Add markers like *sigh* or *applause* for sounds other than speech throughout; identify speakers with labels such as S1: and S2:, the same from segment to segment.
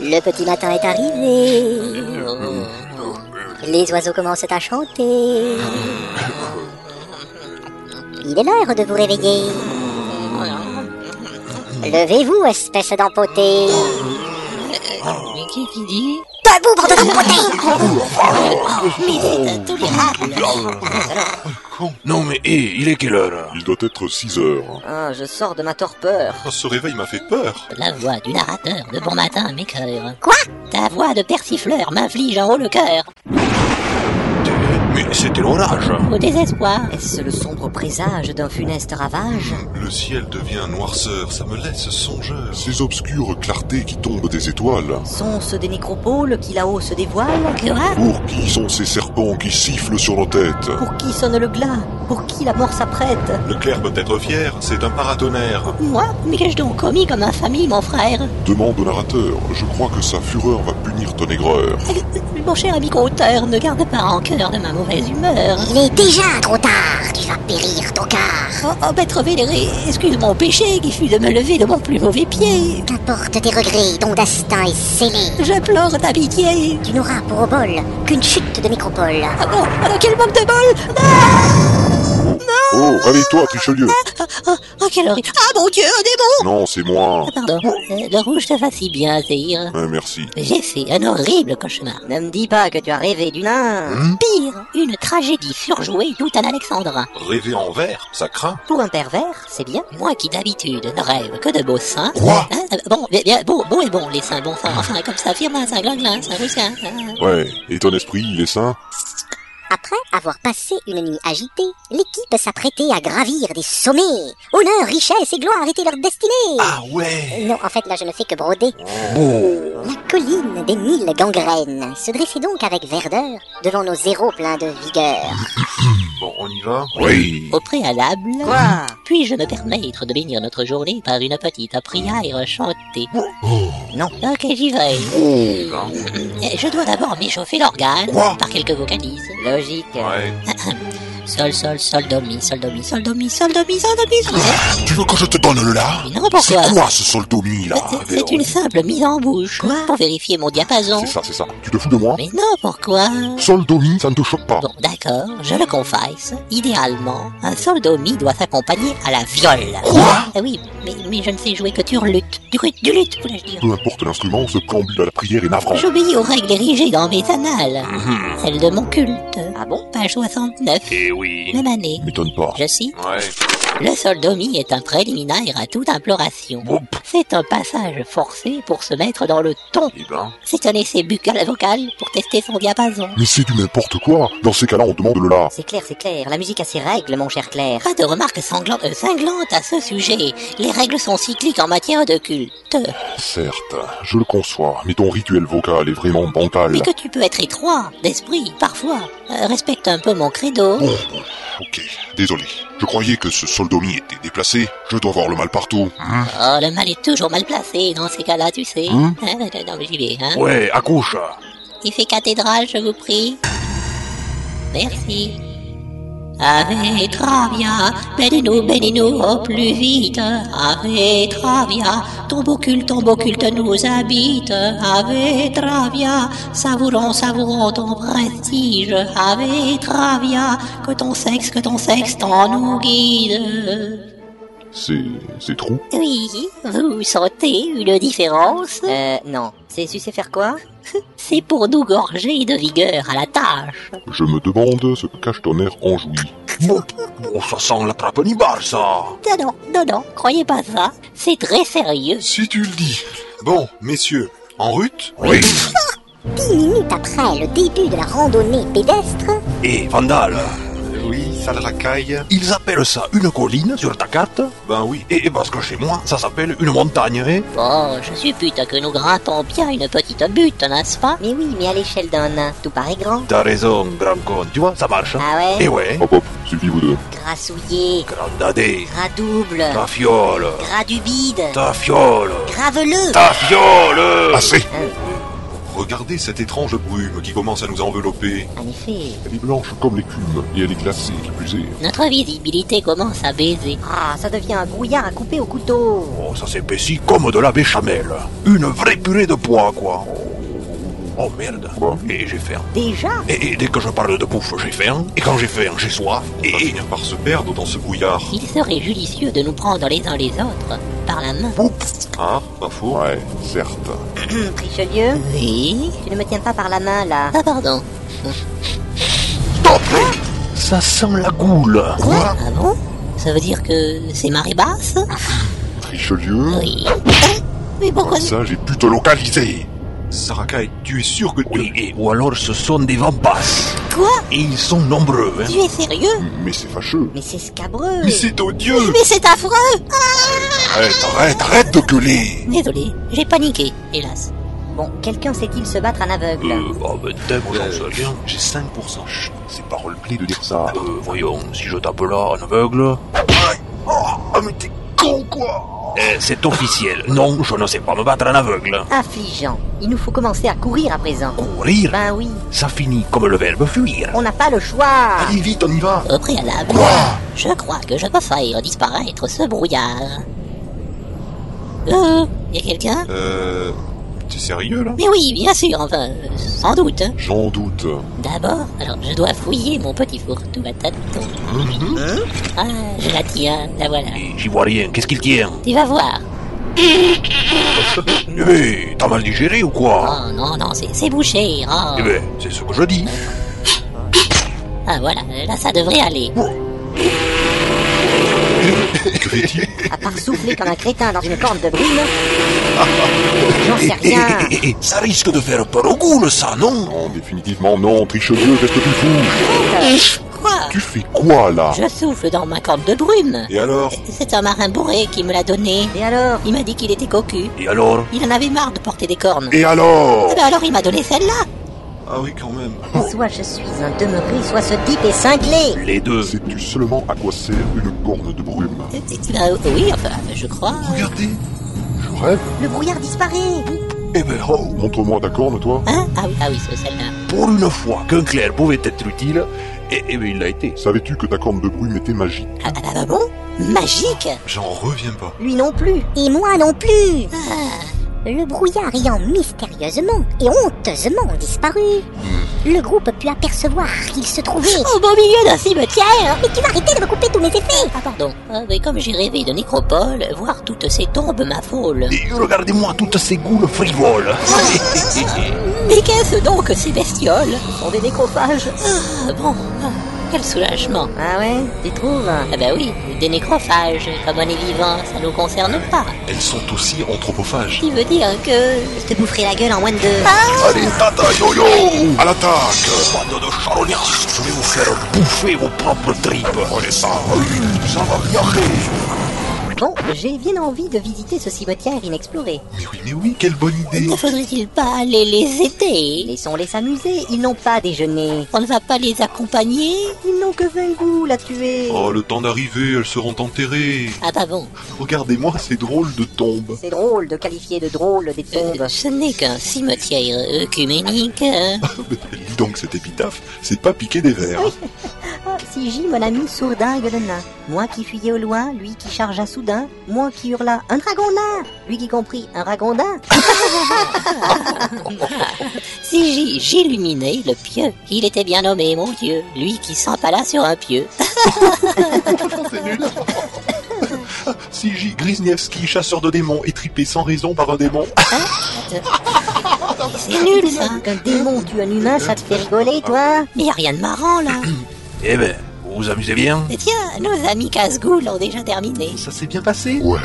S1: Le petit matin est arrivé. Les oiseaux commencent à chanter. Il est l'heure de vous réveiller. Levez-vous, espèce d'empotée.
S2: Mais qu'est-ce qu'il dit
S1: Debout, bande d'empotée
S3: Non mais hé, il est quelle heure hein
S4: Il doit être 6 heures.
S5: Ah, je sors de ma torpeur.
S4: Ce réveil m'a fait peur.
S2: La voix du narrateur de Bon Matin m'écœure.
S1: Quoi
S2: Ta voix de persifleur m'inflige en haut le cœur.
S3: Mais c'était l'orage hein.
S2: Au désespoir,
S5: Est-ce le sombre présage d'un funeste ravage
S4: Le ciel devient noirceur, ça me laisse songeur. Ces obscures clartés qui tombent des étoiles.
S5: Sont-ce des nécropoles qui là-haut se dévoilent
S2: quoi
S4: Pour qui sont ces serpents qui sifflent sur nos têtes
S5: Pour qui sonne le glas Pour qui la mort s'apprête
S6: Leclerc peut être fier, c'est un paratonnerre.
S2: Moi Mais qu'ai-je donc commis comme infamie, mon frère
S4: Demande au narrateur, je crois que sa fureur va punir ton aigreur.
S2: Eh, Mon cher ami conteur, ne garde pas rancœur de ma mauvaise humeur.
S1: Il est déjà trop tard. Tu vas périr ton quart.
S2: Oh, oh maître vénéré, excuse mon péché qui fut de me lever de mon plus mauvais pied.
S1: Qu'importe tes regrets, ton destin est scellé.
S2: J'implore ta pitié.
S1: Tu n'auras pour au bol qu'une chute de micropole.
S2: Ah bon Alors quel manque de bol Ah,
S4: Oh, réveille-toi, Richelieu
S2: oh, oh, quelle horrible Ah mon dieu, un démon
S4: Non, c'est moi
S2: Pardon, euh, le rouge te va si bien, Zéhir.
S4: Hein, Merci.
S2: J'ai fait un horrible cauchemar.
S5: Ne me dis pas que tu as rêvé du nain
S2: Pire, une tragédie surjouée tout un Alexandrin.
S6: Rêver en verre, ça craint.
S5: Pour un pervers, c'est bien.
S2: Moi qui d'habitude ne rêve que de beaux seins.
S4: Quoi
S2: Hein, euh, Bon, bien, bien, beau, beau et bon, les seins, bon sang. Enfin, comme ça, Firmin, ça, Glinglin, ça, Roussin. hein.
S4: Ouais, et ton esprit, il est sain
S1: Après avoir passé une nuit agitée, l'équipe s'apprêtait à gravir des sommets. Honneur, richesse et gloire étaient leur destinée.
S6: Ah ouais
S1: Non, en fait, là, je ne fais que broder. La colline des mille gangrènes se dressait donc avec verdeur devant nos héros pleins de vigueur.
S6: Bon, on y va
S3: Oui
S2: Au préalable,
S5: Quoi
S2: puis-je me permettre de bénir notre journée par une petite prière chantée
S4: Oh,
S5: Non.
S2: Ok, j'y vais.
S6: Oh.
S2: Eh, Je dois d'abord m'échauffer l'organe par quelques vocalises.
S5: Logique.
S6: Ouais.
S2: Sol, sol, sol, do, mi, sol, do, mi, sol, do, mi, sol, do, mi, sol, do, mi, sol.
S3: Tu veux que je te donne le là
S2: Mais non, pourquoi
S3: C'est quoi ce soldomi là
S2: C'est- C'est une simple mise en bouche pour vérifier mon diapason.
S4: C'est ça, c'est ça. Tu te fous de moi
S2: Mais non, pourquoi
S4: Soldomi, ça ne te choque pas.
S2: Bon, d'accord, je le confesse. Idéalement, un soldomi doit s'accompagner à la viole. Quoi Ah oui, mais, mais je ne sais jouer que turlute. Du du lutte, voulais-je dire.
S4: Peu importe l'instrument, ce préambule à la prière est navrant.
S2: J'obéis aux règles érigées dans mes annales.
S3: Mhm.
S2: Celles de mon culte.
S5: Ah bon
S2: Page 69,
S3: Eh oui
S2: même année.
S4: M'étonne pas.
S2: Je cite,
S6: Ouais.
S2: le soldomi est un préliminaire à toute imploration.
S3: Oup.
S2: C'est un passage forcé pour se mettre dans le ton.
S6: Eh ben.
S2: C'est un essai buccal-vocal pour tester son diapason.
S4: Mais c'est du n'importe quoi Dans ces cas-là, on demande le là.
S5: C'est clair, c'est clair. La musique a ses règles, mon cher Claire.
S2: Pas de remarques sanglantes, euh, cinglantes à ce sujet. Les règles sont cycliques en matière de culte.
S4: Certes, je le conçois, mais ton rituel vocal est vraiment bancal.
S2: Mais que tu peux être étroit, d'esprit, parfois. Euh, respecte un peu mon credo.
S4: Bon, bon, ok, désolé. Je croyais que ce soldomi était déplacé. Je dois voir le mal partout. Hein
S2: Oh, le mal est toujours mal placé dans ces cas-là, tu sais.
S4: Hein
S2: Hein, euh, *laughs* non, mais j'y vais, hein.
S3: Ouais, à gauche
S2: Il fait cathédrale, je vous prie. Merci. Ave Travia, bénis-nous, bénis-nous au plus vite. Ave Travia, ton beau culte, ton beau culte nous habite. Ave Travia, savourons, savourons ton prestige. Ave Travia, que ton sexe, que ton sexe t'en nous guide.
S4: C'est... c'est trop
S2: Oui, vous sentez une différence
S5: Euh, non. C'est tu sais faire quoi
S2: *laughs* C'est pour nous gorger de vigueur à la tâche.
S4: Je me demande ce que cache ton air enjoui.
S3: Bon, ça sent la trappe nibar ça
S2: Non, non, non, non, croyez pas ça. C'est très sérieux.
S6: Si tu le dis. Bon, messieurs, en route
S3: Oui
S1: Dix minutes après le début de la randonnée pédestre,
S3: Et Vandal,
S6: Oui, ça le racaille.
S3: ils appellent ça une colline sur ta carte
S6: Ben oui.
S3: Et et parce que chez moi, ça s'appelle une montagne, eh
S2: Oh, je suppute que nous grimpons bien une petite butte, n'est-ce pas
S5: Mais oui, mais à l'échelle d'un nain, tout paraît grand.
S3: T'as raison, grand con, tu vois, ça marche. hein.
S5: Ah ouais
S3: Eh ouais,
S4: Hop hop, suffit vous deux.
S5: Grassouillé,
S3: grandadé,
S5: gras double,
S3: ta fiole,
S5: gras du bide,
S3: ta fiole,
S5: graveleux.
S3: ta fiole
S4: Assez
S5: Hein,
S7: Ah, Regardez cette étrange brume qui commence à nous envelopper.
S1: En effet.
S4: Elle est blanche comme l'écume, et elle est glacée, qui plus est.
S2: Notre visibilité commence à baiser.
S1: Ah, ça devient un brouillard à couper au couteau.
S6: Oh, ça s'épaissit comme de la béchamel. Une vraie purée de pois, quoi. Oh merde. Et j'ai faim.
S1: Déjà
S6: Et, et dès que je parle de bouffe, j'ai faim. Et quand j'ai faim, j'ai soif.
S7: On va
S6: Et, et-
S7: finir par se perdre dans ce brouillard.
S2: Il serait judicieux de nous prendre les uns les autres par la main.
S7: Hein Pas faux
S4: Ouais, certes.
S1: Hum, Richelieu,
S2: Oui
S1: tu ne me tiens pas par la main là.
S2: Ah pardon.
S6: Stop Ça sent la goule.
S2: Quoi Ah bon Ça veut dire que c'est marée basse
S4: Richelieu
S2: Oui. Ah, Mais pourquoi
S4: Ça, j'ai pu te localiser
S7: Sarakai, tu es sûr que tu...
S6: Oui, et, ou alors ce sont des vampasses.
S2: Quoi
S6: Et ils sont nombreux, hein.
S2: Tu es sérieux
S4: Mais c'est fâcheux
S1: Mais c'est scabreux.
S7: Mais c'est odieux
S2: Mais c'est affreux Ah
S4: Arrête, arrête, arrête de gueuler
S2: Désolé, j'ai paniqué, hélas.
S1: Bon, quelqu'un sait-il se battre en aveugle
S6: Euh, oh, ben, t'aimes, j'en sais rien.
S7: J'ai 5%. Chut,
S4: C'est pas roleplay de dire ça.
S6: Euh, voyons, si je tape là en aveugle.
S7: Ah mais t'es con quoi
S6: Eh, c'est officiel. Non, je ne sais pas me battre en aveugle.
S1: Affligeant. Il nous faut commencer à courir à présent.
S6: Courir,
S2: Ah
S1: Ben oui,
S6: ça finit comme le verbe fuir.
S1: on n'a pas le choix.
S7: Allez vite, on y va
S2: Au préalable, je crois que je peux faire disparaître ce brouillard. Euh, y a quelqu'un
S7: Euh... T'es sérieux là
S2: Mais oui, bien sûr, enfin, euh, sans doute.
S4: J'en doute.
S2: D'abord, alors je dois fouiller mon petit fourre-tout à tâtons. Ah, je la tiens, la voilà.
S6: Et J'y vois rien, qu'est-ce qu'il tient
S7: *laughs*
S2: Tu vas voir.
S6: Eh ben, t'as mal digéré ou
S1: Ah.
S6: quoi
S2: Oh non, non, c'est c'est bouché. oh.
S6: Eh ben, c'est ce que je dis.
S2: Ah voilà, là ça devrait aller.
S7: Que fait-il
S1: À part souffler comme un crétin dans une corne de brume. J'en sais rien.
S6: Eh, eh, eh, eh, ça risque de faire peur aux ghouls, ça, non
S4: Non, définitivement non, Richelieu, reste du fou
S2: Quoi
S4: Tu fais quoi, là
S2: Je souffle dans ma corne de brume.
S7: Et alors
S2: C'est un marin bourré qui me l'a donné.
S1: Et alors
S2: Il m'a dit qu'il était cocu.
S6: Et alors
S2: Il en avait marre de porter des cornes.
S6: Eh
S4: Et alors
S2: Ah ben alors il m'a donné celle-là.
S7: Ah oui quand même.
S1: Soit je suis un demeuré, soit ce type est cinglé.
S6: Les deux.
S4: Sais-tu seulement à quoi sert une corne de brume
S2: Euh, euh, oui, enfin, je crois.
S7: Regardez
S4: Je rêve
S1: Le brouillard disparaît.
S7: Eh ben oh
S4: Montre-moi ta corne, toi
S2: Hein ah oui, ah oui, c'est celle-là.
S6: Pour une fois qu'un clerc pouvait être utile, et, eh ben, il l'a été.
S4: Savais-tu que ta corne de brume était magique
S2: Ah, ah, ah, bon Magique
S7: J'en reviens pas.
S1: Lui non plus.
S8: Et moi non plus
S2: Ah.
S8: Le brouillard ayant mystérieusement et honteusement disparu, le groupe put apercevoir qu'il se trouvait.
S2: Au beau milieu d'un cimetière
S8: Mais tu vas arrêter de me couper tous mes effets
S2: Ah pardon, Ah, mais comme j'ai rêvé de nécropole, voir toutes ces tombes m'affole.
S6: Et regardez-moi toutes ces goules frivoles.
S2: Mais qu'est-ce donc que ces bestioles
S1: Ce sont des nécrophages.
S2: Ah bon, ah, quel soulagement
S1: Ah ouais Tu trouves
S2: Ah bah oui, des nécrophages, comme on est vivant, ça nous concerne pas.
S7: *laughs* Elles sont aussi anthropophages.
S2: Qui veut dire que...
S1: Je te boufferai la gueule en moins de deux.
S6: Allez, tata, yo-yo
S4: À l'attaque
S6: Bande de charognards, je vais vous faire bouffer vos propres tripes.
S7: Oh,
S6: Prenez ça, ça va bien
S1: Bon, j'ai bien envie de visiter ce cimetière inexploré.
S7: Mais oui, mais oui, quelle bonne idée
S2: Ne faudrait-il pas aller les aider
S1: Laissons-les s'amuser, ils n'ont pas déjeuné.
S2: On ne va pas les accompagner
S1: Ils n'ont que 20 goûts, la tuer.
S7: Oh, le temps d'arriver, elles seront enterrées.
S2: Ah bah bon,
S7: Regardez-moi ces drôles de
S4: *laughs*
S7: tombes.
S1: C'est drôle de qualifier de drôle des tombes.
S2: euh, ce n'est qu'un cimetière œcuménique. hein.
S7: Lis donc cette épitaphe, c'est pas piquer des vers.
S1: Ah, si J, mon ami sourdingue le nain. Moi qui fuyais au loin, lui qui chargea soudain. Moi qui hurla un dragondin. Lui qui comprit un ragondin.
S2: Si j'y- j'illuminais le pieu, il était bien nommé, mon Dieu, lui qui s'empala sur un pieu.
S7: Si J. Grisniewski, chasseur de démons, étripé sans raison par un démon.
S1: Ah,
S2: C'est nul, ça
S1: Qu'un démon tue un humain, ça te fait rigoler, toi
S2: Mais y a rien de marrant, là
S1: *coughs*
S6: Eh ben, vous vous amusez bien
S2: Et tiens, nos amis casse-goule ont déjà terminé.
S7: Ça s'est bien passé
S4: Ouais...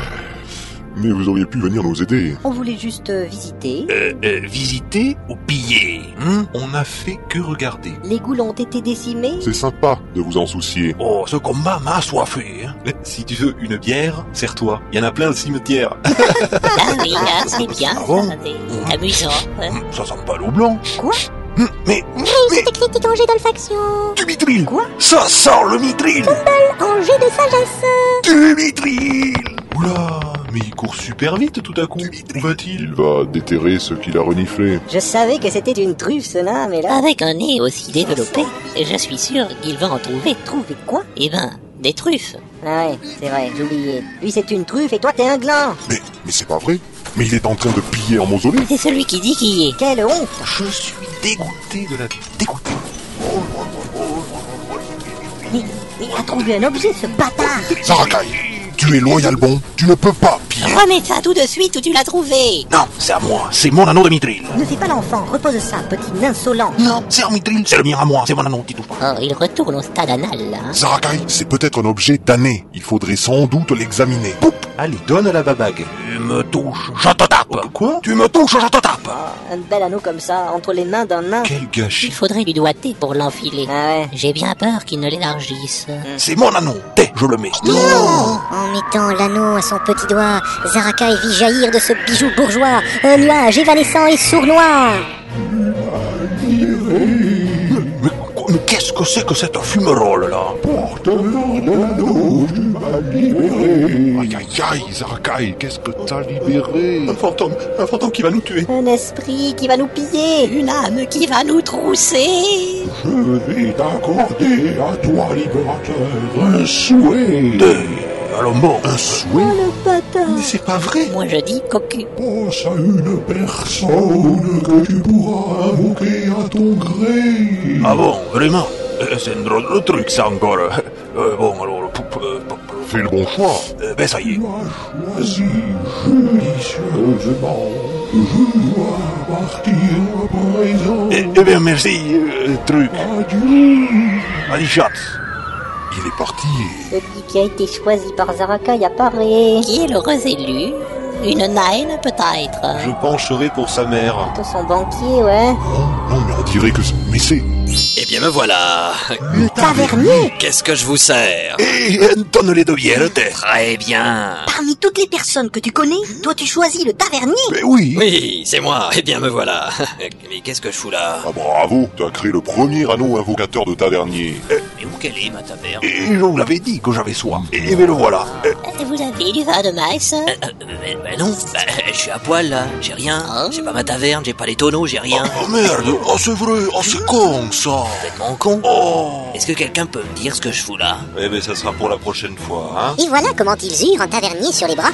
S4: Mais vous auriez pu venir nous aider.
S1: On voulait juste euh, visiter.
S6: euh, euh, Visiter ou piller hein
S7: On n'a fait que regarder.
S1: Les goules ont été décimés.
S4: C'est sympa de vous en soucier.
S6: Oh, ce combat m'a assoiffé. Hein *laughs*
S7: Si tu veux une bière, serre-toi. Il y en a plein au cimetière.
S1: Hein?
S2: Ah oui, ah, c'est bien,
S6: Ah bon
S2: ça, c'est- c'est amusant.
S1: Ah.
S2: hein.
S6: Hum, Ça sent pas le blanc.
S1: Quoi
S6: Hum, Mais
S8: C'était critique en jet d'olfaction,
S6: du mitril
S1: Quoi
S6: Ça sent le mitril
S8: en jet de sagesse.
S6: Du mitril
S7: Oula
S6: Mais il court super vite tout à coup. Où va-t-il
S4: Il va déterrer ce qu'il a reniflé.
S5: Je savais que c'était une truffe, cela, mais
S8: Ah,
S5: là...
S2: Avec un nez aussi développé, je suis sûr qu'il va en trouver.
S5: Trouver quoi
S2: Eh ben, des truffes.
S5: Ah ouais, c'est vrai, j'ai oublié. Lui, c'est une truffe et toi, t'es un gland
S4: Mais, mais c'est pas vrai. Mais il est en train de piller un mausolée.
S2: C'est celui qui dit qui est.
S5: Quelle honte
S6: Je suis dégoûté de la... Dégoûté.
S5: Mais, mais il a trouvé un objet, ce bâtard
S4: Zarakai, tu es loyal bon. Tu ne peux pas piller.
S2: Remets ça tout de suite où tu l'as trouvé.
S6: Non, c'est à moi. C'est mon anneau de mitril.
S5: Ne fais pas l'enfant, repose ça, petit insolent
S6: Non, c'est un mitril. C'est le mien à moi. C'est mon anneau, dis tout pas.
S2: Oh, il retourne au stade anal, là. hein.
S4: Zarakai, c'est peut-être un objet damné. Il faudrait sans doute l'examiner.
S6: Poup Allez, donne la babague. Tu me touches, je te
S4: Oh,
S6: tape. Quoi Tu me touches, je te
S4: Ah.
S6: tape.
S5: Un bel anneau comme ça, entre les mains d'un nain
S6: Quel
S2: Il
S6: gâchis.
S2: faudrait du doigter pour l'enfiler. Euh,
S5: Ah ouais.
S2: J'ai bien peur qu'il ne l'élargisse.
S6: C'est mon anneau. T'es, je le mets.
S1: En mettant l'anneau à son petit doigt, Zarakai vit jaillir de ce bijou bourgeois un nuage évanescent et sournois.
S6: Mais, quoi- mais qu'est-ce que c'est que cette fumerole là
S4: Aïe aïe aïe, Zarakai, qu'est-ce que t'as libéré
S6: Un fantôme, un fantôme qui va nous tuer.
S5: Un esprit qui va nous piller
S2: Une âme qui va nous trousser.
S4: Euh,
S6: Deux. Alors mort. Un souhait.
S5: Le bâtard
S6: Mais c'est pas vrai.
S2: Moi je dis cocu.
S6: Ah bon, vraiment Euh, C'est un drôle de truc ça encore. Euh, bon alors, pou- pou- euh, pou- pou-
S4: Fais le bon choix.
S6: euh, ben ça y est. Eh, eh bien merci, euh, truc. Allez chat.
S4: Il est parti.
S5: Celui qui a été choisi par Zarakai apparaît
S2: Qui est l'heureux élu Une naine peut-être.
S6: pencherai pour sa mère.
S5: Plutôt son banquier, ouais
S4: Oh, non, mais on dirait que... c'est- Mais c'est...
S9: Eh bien me voilà.
S5: Le tavernier
S9: Qu'est-ce que je vous sers
S6: Eh, euh, donne-les de bière, t'es.
S9: Très bien.
S5: Parmi toutes les personnes que tu connais, toi tu choisis le tavernier
S4: Mais oui
S9: Oui, c'est moi. Eh bien me voilà. Mais qu'est-ce que je fous là
S4: Ah bravo, tu as créé le premier anneau invocateur de tavernier.
S9: Mais où qu'elle est ma taverne
S6: Et je vous l'avais Eh, dit que j'avais soif. Et ben le voilà. Eh,
S2: Vous avez du vin de maïs
S1: hein.
S9: Euh, mais- mais non, bah, je suis à poil là, j'ai rien, j'ai pas ma taverne, j'ai pas les tonneaux, j'ai rien.
S6: Oh merde, oh c'est vrai, oh c'est con ça.
S9: Complètement con.
S6: Oh.
S9: Est-ce que quelqu'un peut me dire ce que je fous là
S6: Eh ben ça sera pour la prochaine fois, hein.
S1: Et voilà comment ils eurent un tavernier sur les bras.